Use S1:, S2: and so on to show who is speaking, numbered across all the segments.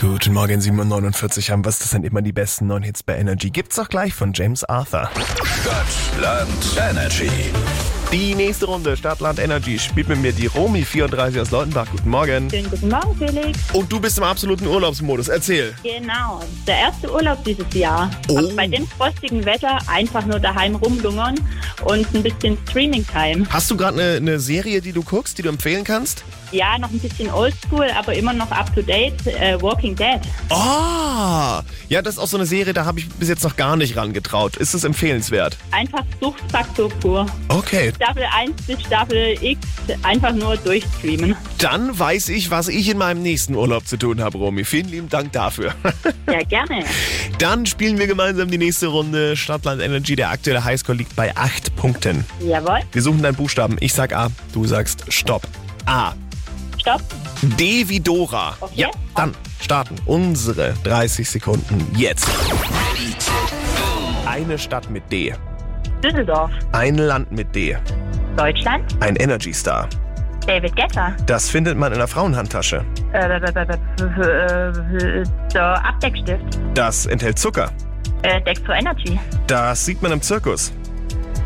S1: Guten Morgen, 7.49 Uhr haben was, das sind immer die besten neuen Hits bei Energy. Gibt's auch gleich von James Arthur.
S2: Stadtland Energy.
S1: Die nächste Runde, Stadtland Energy, spielt mit mir die Romy 34 aus Leutenbach. Guten Morgen.
S3: Schönen guten Morgen, Felix.
S1: Und du bist im absoluten Urlaubsmodus, erzähl.
S3: Genau, der erste Urlaub dieses Jahr. Und bei dem frostigen Wetter einfach nur daheim rumlungern und ein bisschen Streaming-Time.
S1: Hast du gerade eine ne Serie, die du guckst, die du empfehlen kannst?
S3: Ja, noch ein bisschen oldschool, aber immer noch up-to-date. Äh, Walking Dead.
S1: Ah, ja, das ist auch so eine Serie, da habe ich bis jetzt noch gar nicht rangetraut. Ist es empfehlenswert?
S3: Einfach Suchtfaktor pur.
S1: Okay,
S3: Staffel 1 bis Staffel X einfach nur durchstreamen.
S1: dann weiß ich, was ich in meinem nächsten Urlaub zu tun habe, Romy. Vielen lieben Dank dafür.
S3: Ja, gerne.
S1: Dann spielen wir gemeinsam die nächste Runde. Stadtland Energy, der aktuelle Highscore liegt bei 8 Punkten.
S3: Jawohl.
S1: Wir suchen deinen Buchstaben. Ich sag A, du sagst Stopp. A.
S3: Stopp.
S1: D wie Dora.
S3: Okay.
S1: Ja, dann starten unsere 30 Sekunden jetzt. Eine Stadt mit D.
S3: Düsseldorf.
S1: Ein Land mit D.
S3: Deutschland.
S1: Ein Energy Star.
S3: David Getter.
S1: Das findet man in der Frauenhandtasche.
S3: Äh, b- b- b- b- äh, so, Abdeckstift.
S1: Das enthält Zucker.
S3: Äh, Dextro Energy.
S1: Das sieht man im Zirkus.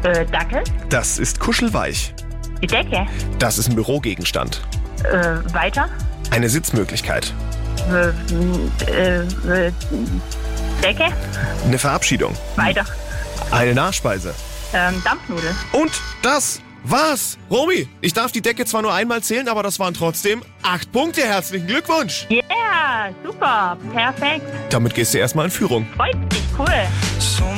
S3: Äh, Dackel.
S1: Das ist kuschelweich.
S3: Die Decke.
S1: Das ist ein Bürogegenstand.
S3: Äh, weiter.
S1: Eine Sitzmöglichkeit.
S3: Äh, äh, äh, Decke.
S1: Eine Verabschiedung.
S3: Weiter.
S1: Eine Nachspeise.
S3: Ähm, Dampfnudel.
S1: Und das war's. Romy, ich darf die Decke zwar nur einmal zählen, aber das waren trotzdem acht Punkte. Herzlichen Glückwunsch.
S3: Yeah, super. Perfekt.
S1: Damit gehst du erstmal in Führung.
S3: Freut mich. Cool.
S4: So